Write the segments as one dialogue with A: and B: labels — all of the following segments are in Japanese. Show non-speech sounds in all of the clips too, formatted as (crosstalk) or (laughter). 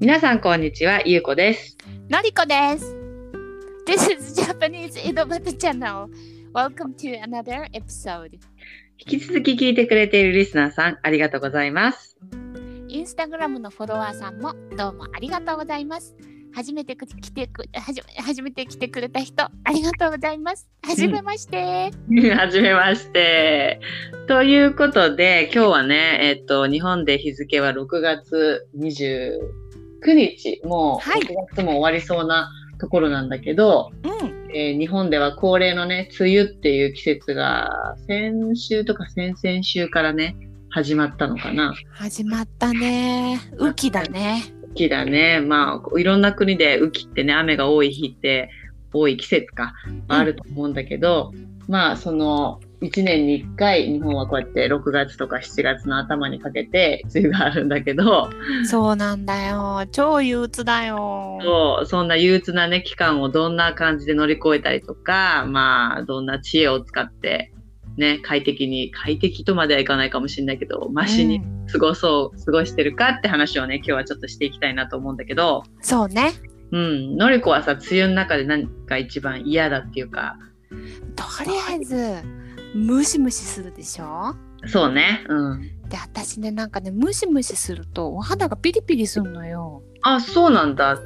A: 皆さんこんにちは、ゆうこです。
B: Noriko です。This is Japanese Idobata Channel. Welcome to another episode.
A: 引き続き聞いてくれているリスナーさん、ありがとうございます。
B: インスタグラムのフォロワーさんもどうもありがとうございます。初めてく来てくはじめ初めて来てくれた人ありがとうございます。はじめまして。
A: (laughs) はじめまして。ということで、今日はね、えっと、日本で日付は6月29日、もう
B: はい
A: 6月も終わりそうなところなんだけど、
B: うん。
A: えー日本では恒例のね、梅雨っていう季節が、先週とか先々週からね、始まったのかな。
B: 始まったね。雨季だね。
A: 雨季だね。まあ、いろんな国で雨季ってね、雨が多い日って、多い季節か、まあ、あると思うんだけど、まあ、その、1年に1回、日本はこうやって6月とか7月の頭にかけて、梅雨があるんだけど、
B: そうなんだよ。超憂鬱だよ。
A: そうそんな憂鬱なね、期間をどんな感じで乗り越えたりとか、まあ、どんな知恵を使って、ね、快適に、快適とまではいかないかもしれないけど、マシに
B: うん
A: 過ごそう、過ごしてるかって話をね、今日はちょっとしていきたいなと思うんだけど、
B: そうね。
A: うん、のりこはさ梅雨の中で何か一番嫌だっていうか
B: とりあえずムシムシするでしょ。
A: そうねうん
B: で私ねなんかねムシムシするとお肌がピリピリするのよ
A: あそうなんだ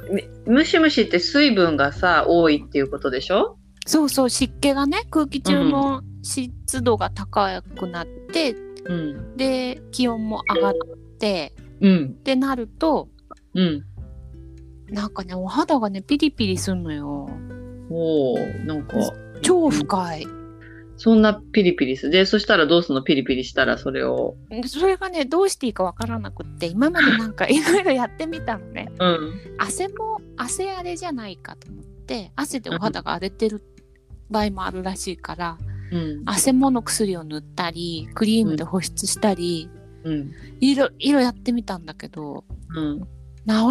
A: むムシムシって水分がさ多いっていうことでしょ
B: そうそう湿気がね空気中の湿度が高くなって、
A: うん
B: で気温も上がって
A: うん
B: ってなると
A: うん
B: なんかねお肌がねピリピリするのよ
A: おーなんか
B: 超不快
A: そんなピリピリするでそしたらどうすんのピリピリしたらそれを
B: それがねどうしていいかわからなくって今までなんか (laughs) いろいろやってみたのね
A: うん
B: 汗も汗荒れじゃないかと思って汗でお肌が荒れてる場合もあるらしいから
A: うん
B: 汗もの薬を塗ったりクリームで保湿したり、
A: うん
B: いろいろやってみたんだけど
A: うん、
B: 治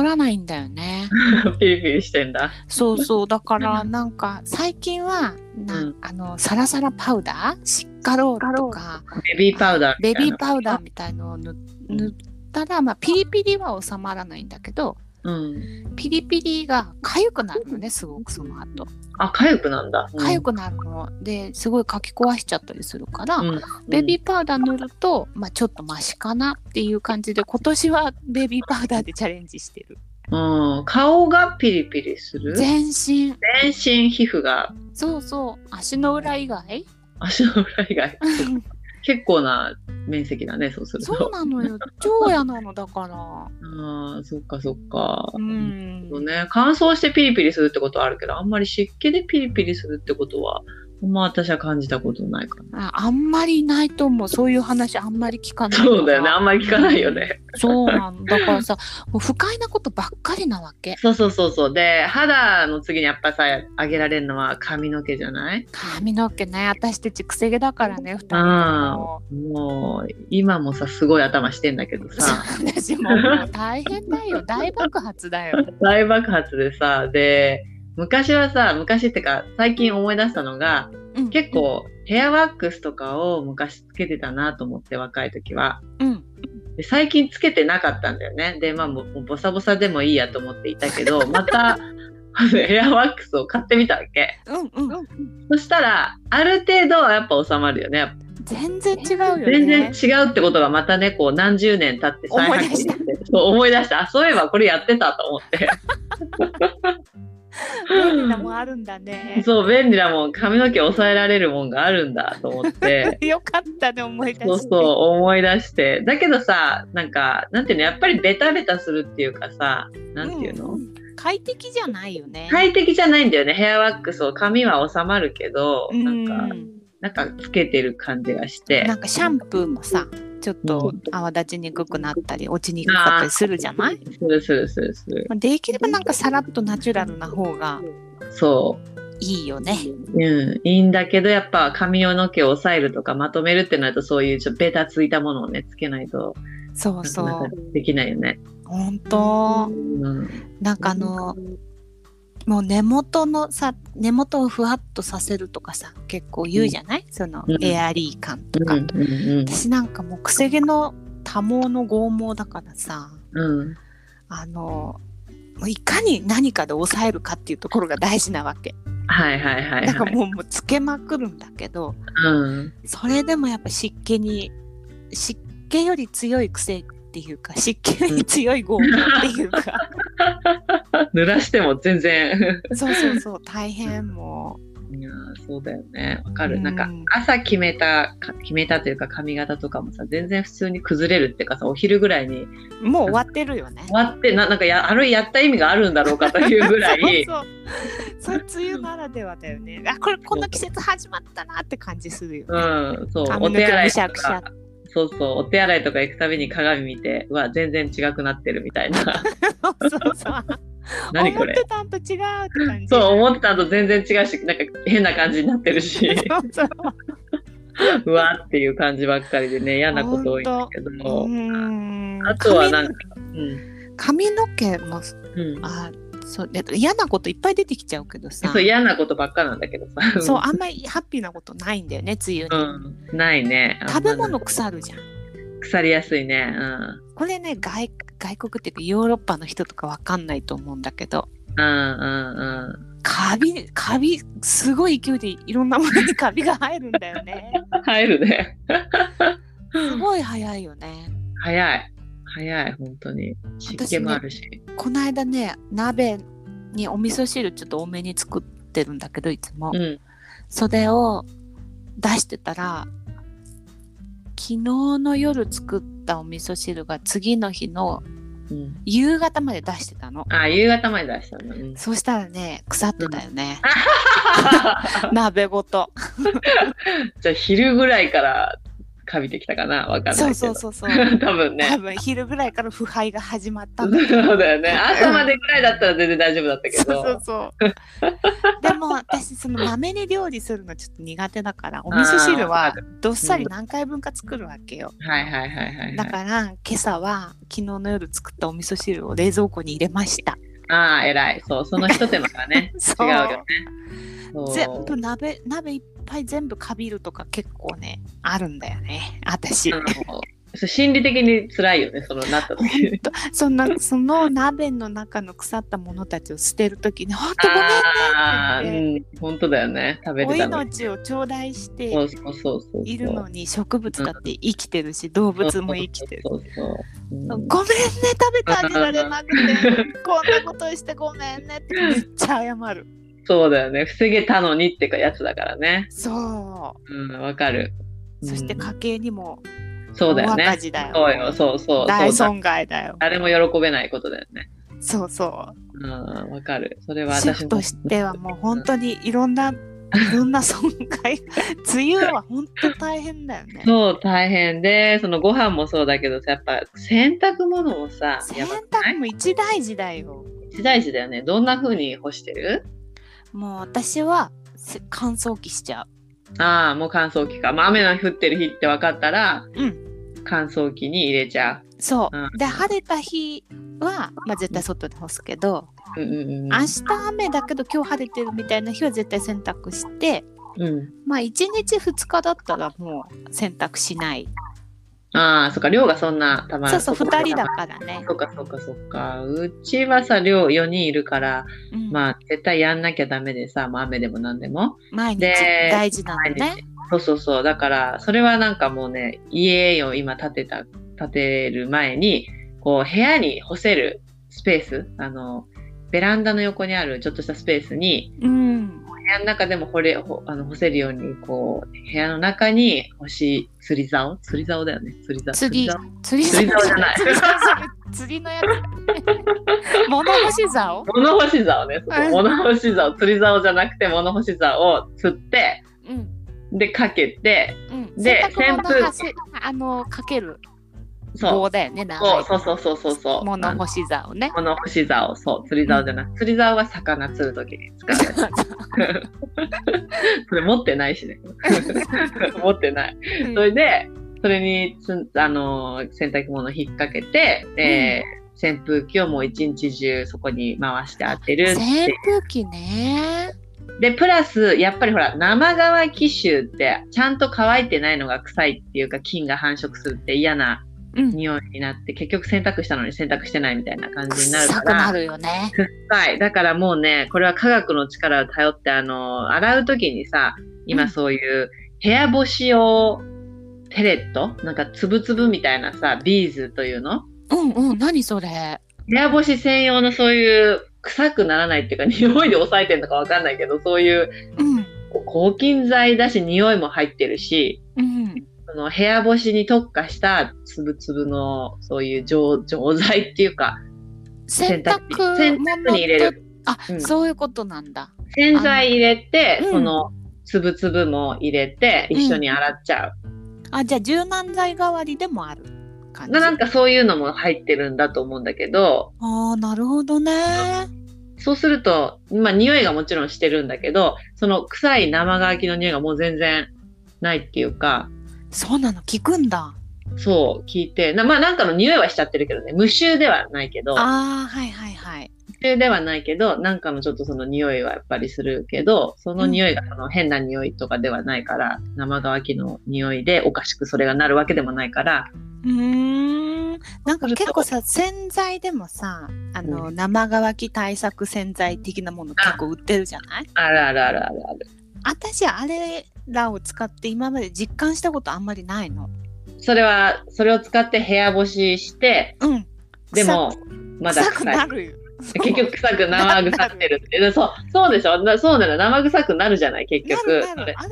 B: らないんだよね
A: (laughs) ピリピリしてんだ。
B: そうそうだからなんか最近はな、
A: うん
B: あのサラサラパウダーシッカロールとか
A: ベビーパウダーみ
B: ベ
A: たい
B: ビー
A: な。
B: パウダーみたいのを塗
A: うん
B: 塗ったら、まあ、ピリピリは収まらないんだけど
A: うん。
B: ピリピリが痒くなるのねすごくその後
A: あ、痒くなんだ。
B: 痒くなるのですごいかき壊しちゃったりするから、
A: うん。うん
B: ベビーパウダー塗ると、まあ、ちょっとマシかなっていう感じで今年はベビーパウダーでチャレンジしてる
A: うん。顔がピリピリする。全
B: 全身
A: 身皮膚が
B: そうそう足の裏以外
A: (laughs) 足の裏以外結構な面積だねそうすると
B: そうな
A: (laughs)
B: のよ超嫌なのだから
A: あーそっかそっか、
B: う
A: なる
B: ん
A: ほどね、乾燥してピリピリするってことはあるけどあんまり湿気でピリピリするってことはあんま私は感じたことないかな
B: ああんまりいないと思うそういう話あんまり聞かないから
A: そうだよねあんまり聞かないよね
B: そうなのだからさもう不快なことばっかりなわけ
A: そうそうそうそうで肌の次にやっぱさ上げられるのは髪の毛じゃない
B: 髪の毛ね私たちくせ毛だからね2人とも
A: もう今もさすごい頭してんだけどさ
B: (laughs) 私ももう大変だよ大爆発だよ
A: 大爆発でさで昔はさ昔ってか最近思い出したのが
B: う
A: (laughs)
B: ん
A: 結構ヘアワックスとかを昔つけてたなと思って若い時は
B: うん
A: で最近つけてなかったんだよねでまあもうもうボサボサでもいいやと思っていたけ (laughs) どまたヘアワックスを買ってみたわけ
B: うんうん、
A: そしたらある程度はやっぱ収まるよね
B: 全然違うよね。
A: 全然違うってことがまたねこう何十年経って再発見して (laughs) そう思い出したあそういえばこれやってたと思って (laughs)
B: 便利なもんあるんだね。
A: そう便利なもん髪の毛抑えられるもんがあるんだと思って
B: よかったね思い出して。
A: そうそう思い出してだけどさなんかなんていうのやっぱりベタベタするっていうかさなんていうの、
B: ん快適じゃないよね。
A: 快適じゃないんだよねヘアワックスを髪は収まるけど
B: う
A: なん
B: ん
A: かなんかつけてる感じがし
B: な
A: て
B: んかシャンプーもさちょっと泡立ちにくくなったり落ちにくかったりするじゃない
A: するするするする
B: まあできればなんかさらっとナチュラルな方が
A: そ
B: いいよね。
A: う、うん、いいんだけどやっぱ髪の毛を抑えるとかまとめるってなるとそういうちょっとベタついたものをねつけないと
B: そ
A: な
B: う
A: か
B: そ
A: なか
B: う。
A: できないよね。
B: 本当
A: うん
B: なんかあのもう根元のさ根元をふわっとさせるとかさ結構言うじゃない、その
A: うん
B: エアリー感と
A: う
B: か。
A: んうん
B: 私なんかもうくせ毛の多毛の剛毛だからさ
A: うん
B: あのもういかに何かで抑えるかっていうところが大事なわけ。
A: はいはいはい
B: だか
A: は
B: ら
A: い。
B: もうもうつけまくるんだけど、
A: うん。
B: それでもやっぱ湿気に湿気より強い癖っていうか湿気より強い拷問っていう
A: (laughs)
B: か、 (laughs)
A: 濡らしても全然。
B: そうそうそう大変も
A: いやーそうだよね。わかる。なん
B: う
A: か
B: ん
A: 朝決めたか決めたというか髪型とかもさ全然普通に崩れるっていうかさお昼ぐらいに
B: うもう終わってるよね
A: 終。わってななんかやあれやった意味があるんだろうかというぐら
B: (laughs)
A: い。
B: そうそうそれ梅雨ならではだよねあこれこんな季節始まったなって感じするよ
A: う
B: ね。
A: ん、そう
B: 髪
A: お
B: の毛
A: 手洗
B: む
A: い
B: しゃ
A: と
B: くしゃ
A: かそうそうお手洗いとか行くたびに鏡見てうわ全然違くなってるみたい
B: (laughs)
A: な
B: そうそうそう
A: 何こ
B: 思って
A: れ
B: たんと違うって感
A: (laughs)
B: じ。
A: そう思ってたのと全然違うしなんか変な感じになってるし
B: (laughs) そうそう
A: うわっていう感じばっかりでね嫌なこと多いんだけど
B: うーん
A: あとはなんか、うん
B: 髪の髪の毛も
A: うん、
B: あそうで嫌なこといっぱい出てきちゃうけどさ
A: (laughs) そう嫌なことばっかなんだけどさ
B: そうあんまりハッピーなことないんだよね梅雨
A: う
B: に、
A: ん、ないね。
B: 食べ物腐るじゃん
A: 腐りやすいね。
B: これね外外国っていうかヨーロッパの人とかわかんないと思うんだけど
A: うん。うんうんう
B: カビカビすごい勢いでいろんなものにカビが生えるんだ
A: (laughs)
B: よね
A: ん。入るね。
B: すごい早いよね
A: 早い。早い、本当に。湿気もあるし。
B: この間ね鍋にお味噌汁ちょっと多めに作ってるんだけどいつも、
A: うん。
B: それを出してたら昨日の夜作ったお味噌汁が次の日の
A: うん、
B: 夕方まで出してたの
A: あ、夕方まで出したの。うん
B: そうしたらね腐ってたよね、 (laughs)
A: (laughs)
B: 鍋ごと
A: じゃあ、昼ぐらいからかびてきたかな。わかんない
B: そ
A: け
B: う
A: ど。
B: そうそうそう、
A: 多分 (laughs)
B: 多
A: ね。
B: 分昼ぐらいから腐敗が始まった
A: そ
B: んだけど
A: うだよね。朝までぐらいだったら全然大丈夫だったけ
B: そう
A: ど。
B: そうそう
A: (laughs)
B: でも私そのまめに料理するのちょっと苦手だからお味噌汁
A: あーわ
B: は
A: か
B: どっさり何回分か作るわけよ
A: はいはいはいはい、
B: だ
A: はい。
B: から今朝は昨日の夜作ったお味噌汁を冷蔵庫に入れました。。
A: ああ、偉い。そう、その一手間がね
B: (laughs) そ
A: 違
B: う
A: うよね。そう
B: 全部鍋鍋いっぱい全部かびるとか結構ねあるんだよね私。
A: あのそう心理的に辛いよね、そのなった時。
B: (laughs) とそんなその鍋の中の腐ったものたちを捨てるときに本当ごめんね
A: ああ
B: って
A: ー、うん、本当だよね。食べ
B: お
A: てたのに。
B: 命を頂戴し
A: そ
B: て
A: うそうそうそう。
B: いるのに植物だって生きてるし動物も生きてる。
A: そうそうそ
B: ごめん
A: う
B: ね食べてあげられなく
A: (laughs)
B: てこんなことしてごめんねってめっちゃ謝る。
A: うんそうだよね。防げたのにってかやつだからね。
B: そう
A: うん、わかる。
B: そして
A: うん
B: 家計にも
A: そうだよ
B: 大
A: ね
B: 赤。字だよ。
A: そうよ、そうそう。
B: 大
A: そうだ
B: 損害だよ。
A: 誰も喜べないことだよね。
B: そうそ
A: うん、わかる。それ
B: う。
A: は
B: 主
A: 私
B: 婦
A: も。
B: としてはもう本当にいろんな、いろんな損害。 (laughs) 梅雨は本当大変だよね。
A: そう、大変で、そのご飯もそうだけどさ、やっぱ洗濯物もさ、
B: 洗
A: やばくない
B: 濯も一大事だよ。
A: 一大事だよね。どんな風に干してる
B: もう私はせ乾燥機しちゃう。
A: ああ、もう乾燥機か。まあ、雨の降ってる日って分かったら、
B: うん。
A: 乾燥機に入れちゃ
B: そう。
A: うん
B: で晴れた日は、まあ、絶対外で干すけど、
A: う。うんうんうん。
B: 明日雨だけど今日晴れてるみたいな日は絶対洗濯して
A: うん、
B: まあ1日2日だったらもう洗濯しない
A: ああ、そっか、量がそんなたま
B: そうそう2人だ
A: ら。
B: からね。
A: そっかそっかそっか。うちはさ、量4人いるから、
B: うん
A: まあ、絶対やんなきゃダメでさ、まあ、雨でも何でも。
B: 毎日
A: で
B: 大事なのね。
A: そうそうそう。だから、それはなんかもうね、家を今建てた、建てる前に、こう、部屋に干せるスペース、あの、ベランダの横にあるちょっとしたスペースに、
B: うん。
A: 部屋の中でも掘れほあの干せるようにこう部屋の中に干し釣り竿釣り竿だよね釣り竿
B: 釣り
A: 竿
B: 釣り
A: 釣り竿じゃ
B: (laughs)
A: ない
B: 釣り竿じゃない釣りのや
A: (laughs)
B: つ。物干し竿。
A: 物干し竿ねそう
B: うん
A: 物干し竿釣り竿じゃなくて物干し竿を釣って
B: うん。
A: でかけて
B: うん。
A: で
B: 洗濯物
A: 扇風
B: はせあのかける
A: そ
B: 棒
A: う
B: だよね。長
A: そ
B: いう
A: そうそうそうそうそう
B: 物
A: あの
B: 干し竿ね。
A: 物干し竿そう釣り竿じゃなくて釣り竿は魚釣るときに使う
B: (laughs)
A: それ持ってないしね持ってないそれで、それにつん、あのー洗濯物を引っ掛けて、えー扇風機をもう一日中そこに回して当てるって
B: 扇風機ね。
A: で、プラス、やっぱりほら、生乾き臭って、ちゃんと乾いてないのが臭いっていうか、菌が繁殖するって嫌な
B: うん。
A: 匂いになって結局洗濯したのに洗濯してないみたいな感じになるか
B: 臭くな
A: ら
B: るよね。
A: 臭いだからもうねこれは科学の力を頼ってあの洗う時にさ
B: う
A: 今
B: ん
A: そういう部屋干し用ペレットなんかつぶつぶみたいなさビーズというの
B: うんうん。何それ。
A: 部屋干し専用のそういう臭くならないっていうか匂いで抑えてるのかわかんないけどそういう
B: うん。
A: 抗菌剤だし匂いも入ってるし
B: うん。
A: その部屋干しに特化したつぶつぶのそういう錠錠剤っていうか
B: 洗濯物
A: 洗濯に入れる
B: と。あ、
A: うん
B: そういうことなんだ。
A: 洗剤入れて
B: あのうん
A: そのつぶつぶも入れて一緒に洗っちゃう、
B: あ、じゃあ柔軟剤代わりでもある感じ。
A: ななんかそういうのも入ってるんだと思うんだけど
B: ああ、なるほどね。
A: そうするとまあ匂いがもちろんしてるんだけどその臭い生乾きの匂いがもう全然ないっていうか
B: そうなの、効くんだ。
A: そう聞いてなまあなんかの匂いはしちゃってるけどね無臭ではないけど
B: ああ、はいはいはい。
A: 無臭ではないけどなんかのちょっとその匂いはやっぱりするけどその匂いがその変な匂いとかではないから、生乾きの匂いでおかしくそれがなるわけでもないから
B: うーん。なんか結構さ、洗剤でもさ、あの、生乾き対策洗剤的なもの結構売ってるじゃない
A: あるあるあるあるある
B: 私、あれらを使って今まで実感したことあんまりないの。
A: それはそれを使って部屋干しして
B: うん。
A: でもまだ
B: 臭く
A: 臭い
B: なるよ。
A: 結局臭く生臭ってるってそうそうでしょなそうなの生臭くなるじゃない結
B: な
A: 局
B: るな
A: それ
B: るあれ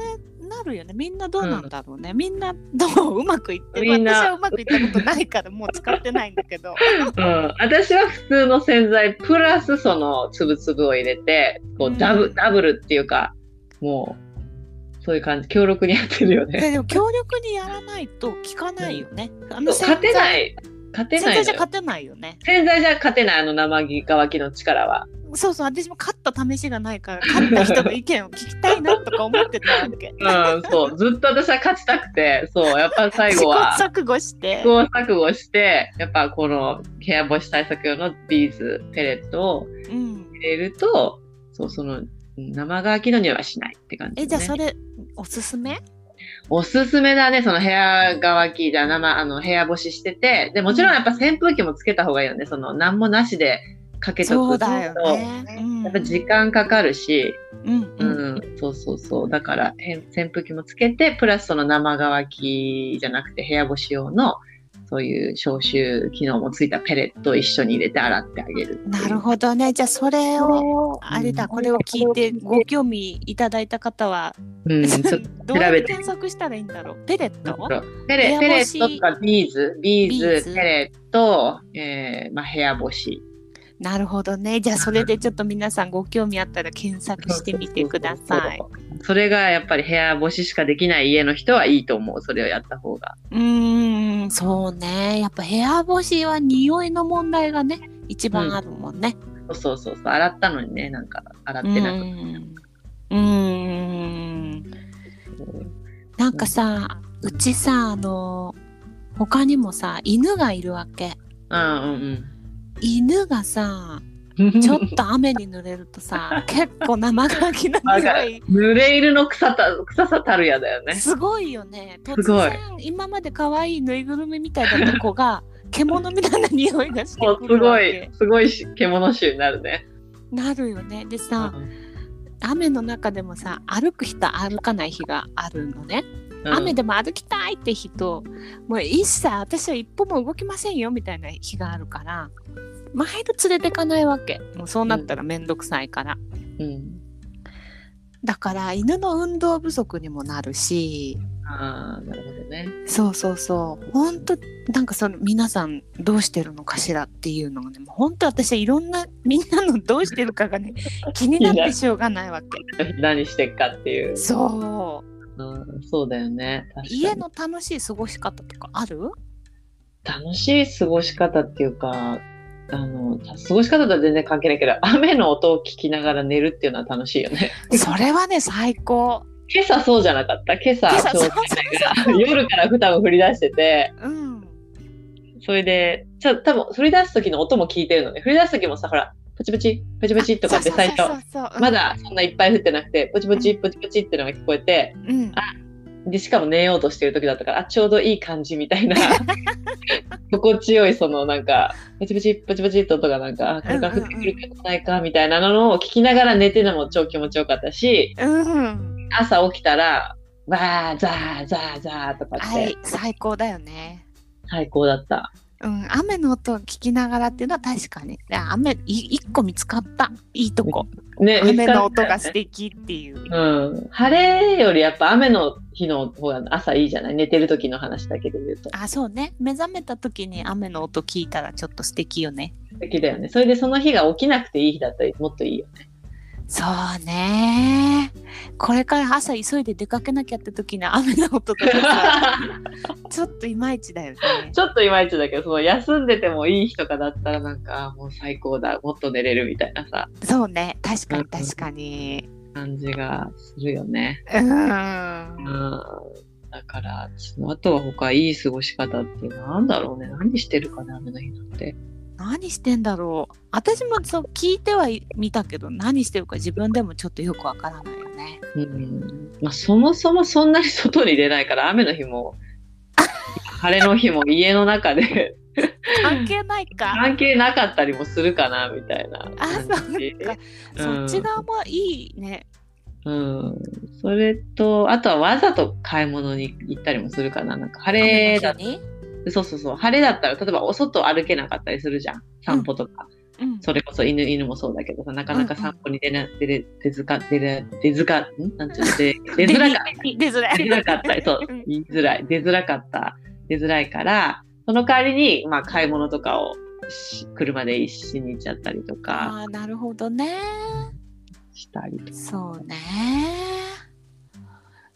B: なるよねみんなどうなんだろうね、みんなどううまくいってる
A: みんな
B: 私はうまくいったことないからもう使ってないんだ
A: (laughs)
B: けど
A: うん、私は普通の洗剤プラスそのつぶつぶを入れてこ
B: うん
A: うダブ,、ダブルっていうかもうそういう感じ強力にやってるよ
B: で
A: ね。
B: でも強力にやらないと効かないよね、あの
A: 勝てな
B: 剤
A: い勝て
B: 洗
A: ない
B: 剤じ
A: の
B: ゃ
A: よ
B: 勝てないよね
A: 洗剤じゃ勝てないあの生乾きの力は。
B: そうそう私も勝った試しがないから勝った人の意見を聞きたいなとか思ってたわ
A: (laughs)
B: け
A: うん、そうずっと私は勝ちたくてそうやっぱ最
B: 試
A: 後
B: 行
A: は
B: 錯誤して
A: 試行錯誤してやっぱこの部屋干し対策用のビーズペレットを
B: うん
A: 入れるとそうそのうん生乾きの匂いはしないって感じ、ね。
B: えじゃあそれおすすめ
A: おすすめだね、その部屋乾きじゃ生、あの、部屋干ししてて。で、もちろんやっぱ扇風機もつけた方がいいよね。その、何もなしでかけと
B: そ
A: く
B: う
A: と。
B: だよねうん
A: やっぱ時間かかるし、
B: うん
A: う、
B: うんん
A: そうそうそう。だから、へん扇風機もつけて、プラスその生乾きじゃなくて部屋干し用の、そういう消臭機能もついたペレットを一緒に入れて洗ってあげる。
B: なるほどねじゃあそれを
A: ど。
B: あれだ、これを聞いてご興味いただいた方は、
A: うん、ちょっ
B: (laughs) どうやって検索したらいいんだろうペレット
A: ペレ
B: 部
A: ペレ
B: 屋干
A: ッ
B: し
A: トとかビーズ、ビ
B: ビー
A: ー
B: ズ
A: ズ、ペレット、えーまあ、部屋干し。
B: なるほどね。じゃあそれでちょっと皆さんご興味あったら検索してみてください。
A: そうそうそう。それがやっぱり部屋干ししかできない家の人はいいと思う、それをやった方が。
B: うーん、そうね。やっぱ部屋干しは匂いの問題がね、一番あるもんね。
A: そうそうそうそう、洗ったのにね、なんか洗っ
B: うん。
A: てなく
B: んうんなんかさ、うちさ、あの、他にもさ、犬がいるわけ。
A: うん
B: 犬がさ、
A: うんうん。
B: ちょっと雨に濡れるとさ、
A: (laughs)
B: 結構生乾きな匂い。
A: 濡れ色の臭た臭さたるやだよね。
B: すごいよね。突
A: すごい
B: 然今まで可愛いぬいぐるみみたいだった子が
A: (laughs)
B: 獣みたいな匂いがして
A: もう
B: く
A: す
B: るわ
A: ごい
B: け、
A: すごいし獣臭になるね。
B: なるよね。で
A: う
B: さ、
A: ん
B: 雨の中でもさ、歩く日と歩かない日があるのね。雨でも歩きたいって日と、もう一切私は一歩も動きませんよみたいな日があるから、毎度連れてかないわけ。もうそうなったらめんどくさいから。
A: うん。
B: だから犬の運動不足にもなるし、
A: ああ、なるほどね。
B: そうそうそう本当なんかその皆さんどうしてるのかしらっていうのがねもう本当私はいろんなみんなのどうしてるかがね気になってしょうがないわけ
A: 何してっかっていう。
B: そう
A: うん、そうだよね。確かに
B: 家の楽しい過ごし方とかある
A: 楽しい過ごし方っていうかあの過ごし方とは全然関係ないけど雨の音を聞きながら寝るっていうのは楽しいよ
B: (laughs)
A: ね
B: それはね最高
A: 今朝そうじゃなかった今朝
B: 今朝
A: ちょうど
B: そう
A: 夜から普段降り出してて
B: うん
A: それでちょ多分降り出す時の音も聞いてるのね降り出す時もさほらパチパチパチパチとかって最
B: そうそ
A: 初
B: うそうそう
A: まだそんないっぱい降ってなくてポチポチポチポチってのが聞こえて
B: うん
A: あでしかも寝ようとしてる時だったからあちょうどいい感じみた
B: (laughs)
A: いな心地よいそのなんかパチパチパチパチっと音がなんかあこれから降ってくるか来ないかみたいなのを聞きながら寝てるのも超気持ちよかったし
B: うん。
A: 朝起きたらわーザーザーザーとかっ
B: は
A: て
B: い、最高だよね。
A: 最高だった。
B: うん、雨の音を聞きながらっていうのは確かに。いや雨い一個見つかった。いいとこ。
A: ね、見
B: 雨
A: つか
B: の
A: った
B: 音
A: よね
B: が素敵っていう。
A: うん、晴れよりやっぱ雨の日の方が朝いいじゃない寝てる時の話だけで言うと
B: あ、そうね。目覚めた時に雨の音聞いたらちょっと素敵よね。
A: 素敵だよねそれでその日が起きなくていい日だったらもっといいよ
B: そうね。これから朝急いで出かけなきゃって時の雨の音とか
A: (laughs)
B: さちょっといまいちだよね。
A: ちょっといまいちだけどその休んでてもいい日とかだったらなんかもう最高だもっと寝れるみたいなさ
B: そうね。確か
A: う
B: に
A: ん
B: 確かに。
A: 感じがするよね
B: うん
A: うん。だからそのあとは他いい過ごし方ってなんだろうね何してるかね雨の日なんて
B: 何してんだろう私もそう聞いてはい見たけど何してるか自分でもちょっとよくわからないよね
A: うんまあ、そもそもそんなに外に出ないから雨の日
B: (laughs)
A: も晴れの日も家の中で
B: 関係ないか
A: 関係なかったりもするかなみたいな
B: あそっか
A: 感じ
B: そっち側もいいね
A: うん、それとあとはわざと買い物に行ったりもするかななんか晴れだ
B: 雨の日に
A: そうそうそう晴れだったら例えばお外歩けなかったりするじゃん散歩とか、
B: うん
A: それこそ犬犬もそうだけどさなかなか散歩に出な、出れ出づか出れ出づかんなんていうの出出づらか
B: 出づらい
A: 出づらかったり、そう
B: (laughs) うん、
A: 言いづらい、出づらかった、出づらいから、その代わりに、まあ、買い物とかをし車で一しに行っちゃったりとか
B: あーなるほどね
A: したりとか。
B: そうね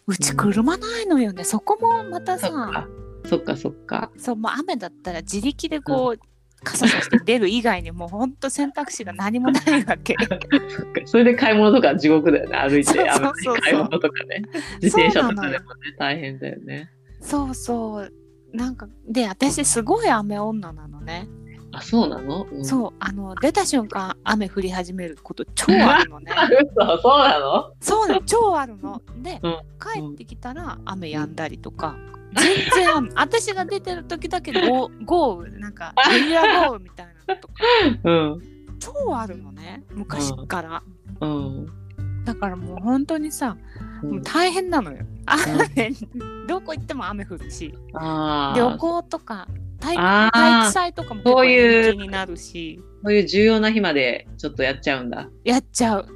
B: うち車ないのよねそこもまた
A: そっ
B: さ
A: か、そっか、そっか。
B: そうもう雨だったら自力でこう傘さして出る以外にもうほんと選択肢が何もないわけ
A: そっかそれで買い物とか地獄だよね、歩いて、
B: そうそうそうそう
A: 雨で買い物とかね。 (laughs) 自転車とかでもね、大変だよね。
B: そうそうなんかで私すごい雨女なのね、
A: あ、そうなの、うん、う。
B: そうあの出た瞬間雨降り始めること超あるの
A: (laughs)
B: ね
A: (laughs) 嘘、そうなの
B: そうなの超あるので、
A: うん
B: 帰ってきたら雨止んだりとか、全然あん私が出てる時だけ
A: (laughs)
B: 豪豪雨なんかゲリラ豪雨みたいなのとか
A: うん。
B: 超あるのね昔から、
A: うん。
B: だからもう本当にさ
A: う、
B: もうん大変なのよ雨、どこ行っても雨降るし
A: あ
B: (laughs) 旅
A: あ、
B: 行とか体
A: あー
B: 体育祭とかも結
A: そ
B: 構
A: ういう
B: 延期になるし
A: そういう重要な日までちょっとやっちゃうんだ。 (laughs)
B: やっちゃう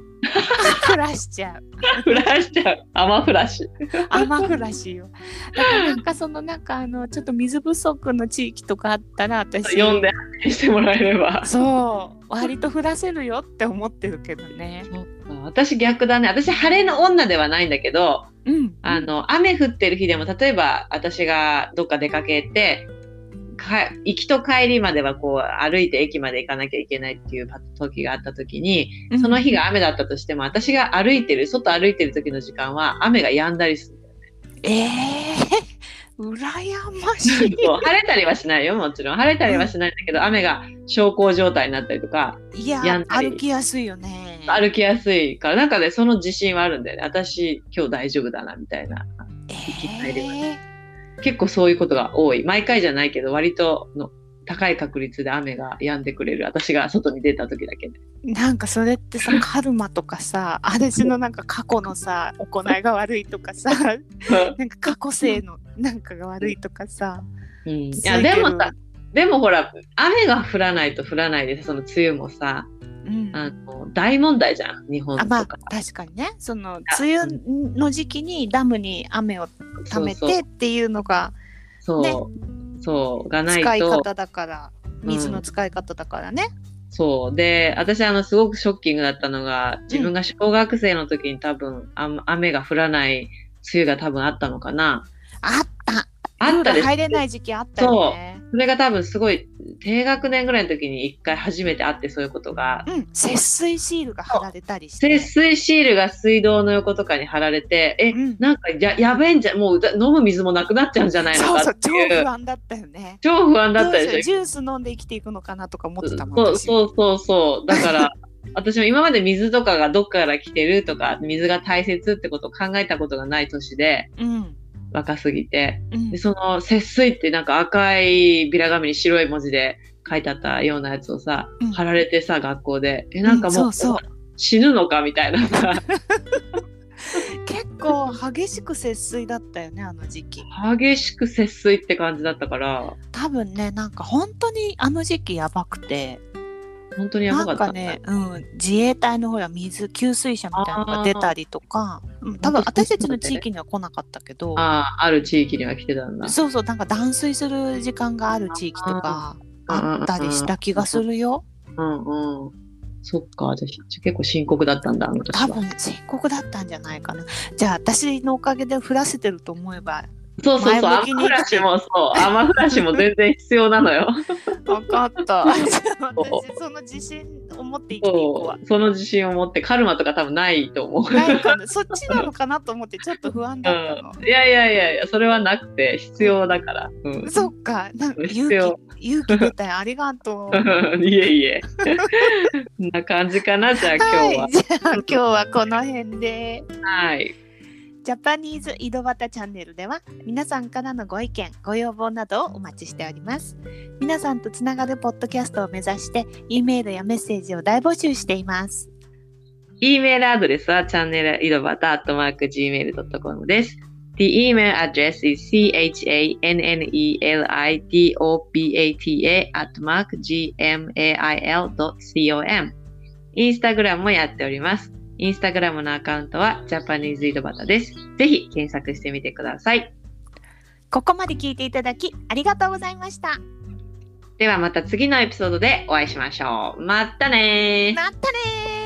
B: フラしちゃう
A: フラしちゃう。雨フラシ。
B: 雨降らしよだからなんかそのなんかあのちょっと水不足の地域とかあったら私
A: 読んで発見してもらえれば。
B: そう割と降らせるよって思ってるけどね
A: 私逆だね私晴れの女ではないんだけど、
B: うん
A: あの雨降ってる日でも例えば私がどっか出かけてか行きと帰りまではこう歩いて駅まで行かなきゃいけないっていうパ時があった時にその日
B: が
A: が雨だったとしても私が歩いてる外歩いてる時の時間は雨が止んだりする。
B: ええー、羨ましい
A: そう晴れたりはしないよもちろん晴れたりはしないんだけど雨が小康状態になったりとか
B: いや
A: (laughs) やんだり
B: 歩きやすいよね
A: 歩きやすいからなんかねその自信はあるんだよね私今日大丈夫だなみたいな
B: え
A: き帰れば
B: ー、
A: 結構そういうことが多い毎回じゃないけど割との高い確率で雨が止んでくれる私が外に出た時だ
B: (laughs)
A: けで
B: なんかそれって
A: (laughs)
B: さカルマとかさ私のなんか過去のさ行いが悪いとか
A: (laughs)
B: さなんか過去性のなんかが悪いとかさ
A: うん、い
B: そう
A: や
B: うけ
A: で
B: ど
A: もさでもほら雨が降らないと降らないでその梅雨もさ
B: うん、
A: あの大問題じゃん日本
B: あ
A: と
B: まあ
A: か、
B: 確かにねその梅雨の時期にダムに雨を溜めてっていうのが
A: そうそう、
B: ね
A: そうがない
B: 使い
A: と
B: 方だから
A: うん
B: 水の使い方だからね、
A: そうで私あのすごくショッキングだったのが自分が小学生の時に多分あん雨が降らない梅雨が多分あったのかな
B: あった
A: あった
B: プー
A: で
B: ル
A: す
B: 入れない時期あったよね
A: それが多分すごい低学年ぐらいの時に一回初めて会ってそういうことが
B: うん節水シールが貼られたりして
A: 節水シールが水道の横とかに貼られてえ、
B: うん
A: なんかややべえんじゃもうだ飲む水もなくなっちゃうんじゃないの
B: そう
A: か
B: そ
A: っ
B: う
A: て
B: 超
A: いう
B: 不安だったよね
A: 超不安だ
B: ど
A: っ
B: う
A: た
B: しよう
A: でし
B: ジュース飲んで生きていくのかなとか思
A: ょ
B: ってたもん
A: そう
B: 私
A: そうそうそうだから (laughs) 私も今まで水とかがどっから来てるとか水が大切ってことを考えたことがない年で
B: うん
A: 若すぎて。
B: うん
A: で、その節水ってなんか赤いビラ紙に白い文字で書いてあったようなやつをさ、
B: うん
A: 貼られてさ、学校で。え、なんかもう、
B: んそうそう
A: 死ぬのかみたいなさ、
B: 結構激しく節水だったよねあの時期
A: 激しく節水って感じだったから、
B: 多分ねなんか本当にあの時期やばくて
A: 本当にや
B: な
A: ばか
B: ん
A: った。
B: かね、うん、自衛隊のほら水給水車みたいなのが出たりとか、うん、多分
A: 本当
B: 私たちの地域には来なかったけど
A: ああ、ある地域には来てたんだ。
B: そうそうなんか断水する時間がある地域とかあったりした気がするよ
A: うんうん。そっか、じゃあ結構深刻だったんだ、あの時
B: 多
A: は。
B: 分深刻だったんじゃないかなじゃあ私のおかげで降らせてると思えば
A: そうそうそう、
B: 前向
A: 雨
B: きに
A: 降らしもそう、雨降らしも全然必要なのよ。
B: 分かった
A: そう
B: 私その自信を持って生きていくわ
A: そうその自信を持って、カルマとか多分ないと思う。
B: ないかなそっちなのかなと思ってちょっと不安だったの。
A: うん、いやいやいやいやそれはなくて必要だから、うん、
B: そっか、なんか
A: 必
B: 勇
A: 要
B: 気勇気出たよありがとう。
A: (laughs) いえいえ (laughs) こんな感じかなじゃあ今日は
B: はい、じゃあ今日はこの辺で。
A: はい、
B: ジャパニーズ井戸端チャンネルでは皆さんからのご意見、ご要望などをお待ちしております。皆さんとつながるポッドキャストを目指して、E メールやメッセージを大募集しています。
A: E メールアドレスはチャンネル井戸端 gmail.com です The email address is chanelidobata at mark gmail.com インスタグラムもやっております。インスタグラムのアカウントはジャパニーズ井戸端です。ぜひ検索してみてください。
B: ここまで聞いていただきありがとうございました。
A: ではまた次のエピソードでお会いしましょう。またねー。
B: またねー